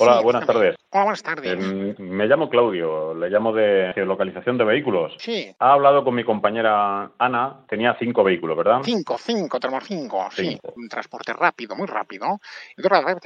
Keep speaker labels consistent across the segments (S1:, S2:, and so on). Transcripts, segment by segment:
S1: Hola, buenas tardes.
S2: Hola, buenas tardes.
S1: Em, me llamo Claudio, le llamo de geolocalización de vehículos.
S2: Sí,
S1: Ha hablado con mi compañera Ana, tenía cinco vehículos, ¿verdad?
S2: cinco, cinco, tenemos cinco, sí.
S1: Cinco.
S2: Un transporte rápido, muy rápido. Entonces,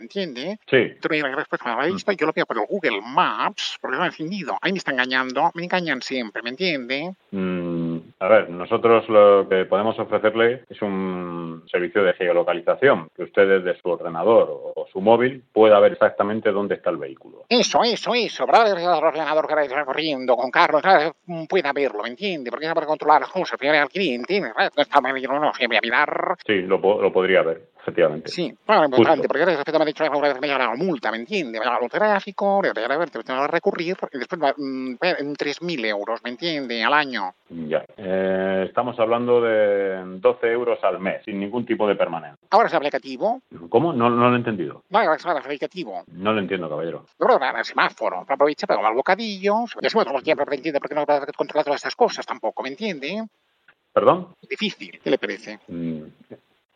S2: ¿entiende?
S1: Sí.
S2: Tú me dices, "Pues, después cuando
S1: Mm.
S2: la vista, yo lo pido por el Google Maps, porque lo han encendido. Ahí me está engañando, me engañan siempre, ¿me entiende?
S1: Mm, a ver, nosotros lo que podemos ofrecerle es un servicio de geolocalización, que usted desde su ordenador o o su móvil pueda ver exactamente dónde está el vehículo.
S2: Eso, eso, eso. Bravo, gracias al ordenador que está corriendo con Carlos, ¿sabes? Mm, pueda verlo, ¿me entiende? Porque para controlar las cosas, primero al cliente, ¿sabes? No está mal, yo no sé, voy a mirar.
S1: Sí, lo, po- lo podría ver, efectivamente.
S2: Sí, bueno, importante,
S1: Justo.
S2: porque ahora respecto me ha dicho una vez me ha llegado la multa, ¿me entiende? Me ha llegado el tráfico, le voy a ver, te voy a recurrir, y después va, mm, va en 3.000 euros, ¿me entiende? Al año.
S1: Ya. Eh, estamos hablando de 12 euros al mes, sin ningún tipo de permanencia.
S2: Ahora es aplicativo,
S1: ¿Cómo? No, no lo he entendido.
S2: vale, ahora es aplicativo.
S1: No lo entiendo, caballero.
S2: Luego va al semáforo, aprovecha para comer bocadillos, y así bueno, siempre ¿me entiende? Porque no va a controlar todas estas cosas tampoco, ¿me entiende?
S1: ¿Perdón?
S2: Difícil, ¿qué le parece?
S1: Mm,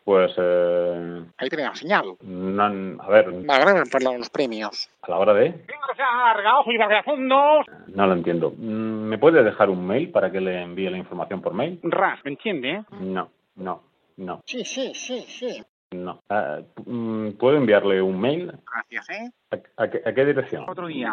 S1: Pues, eh,
S2: Ahí tenemos señal.
S1: no- a ver,
S2: Vale, ahora para los premios.
S1: a la hora de...
S2: Larga, ojo y larga fondos.
S1: No lo entiendo. Mm, ¿Me puede dejar un mail para que le envíe la información por mail?
S2: Ras, ¿me entiende?
S1: No, no, no,
S2: Sí, sí, sí, sí.
S1: no. Ah, mm, ¿Puedo enviarle un mail?
S2: Gracias, ¿eh?
S1: ¿A, a qué, a qué dirección?
S2: Otro día.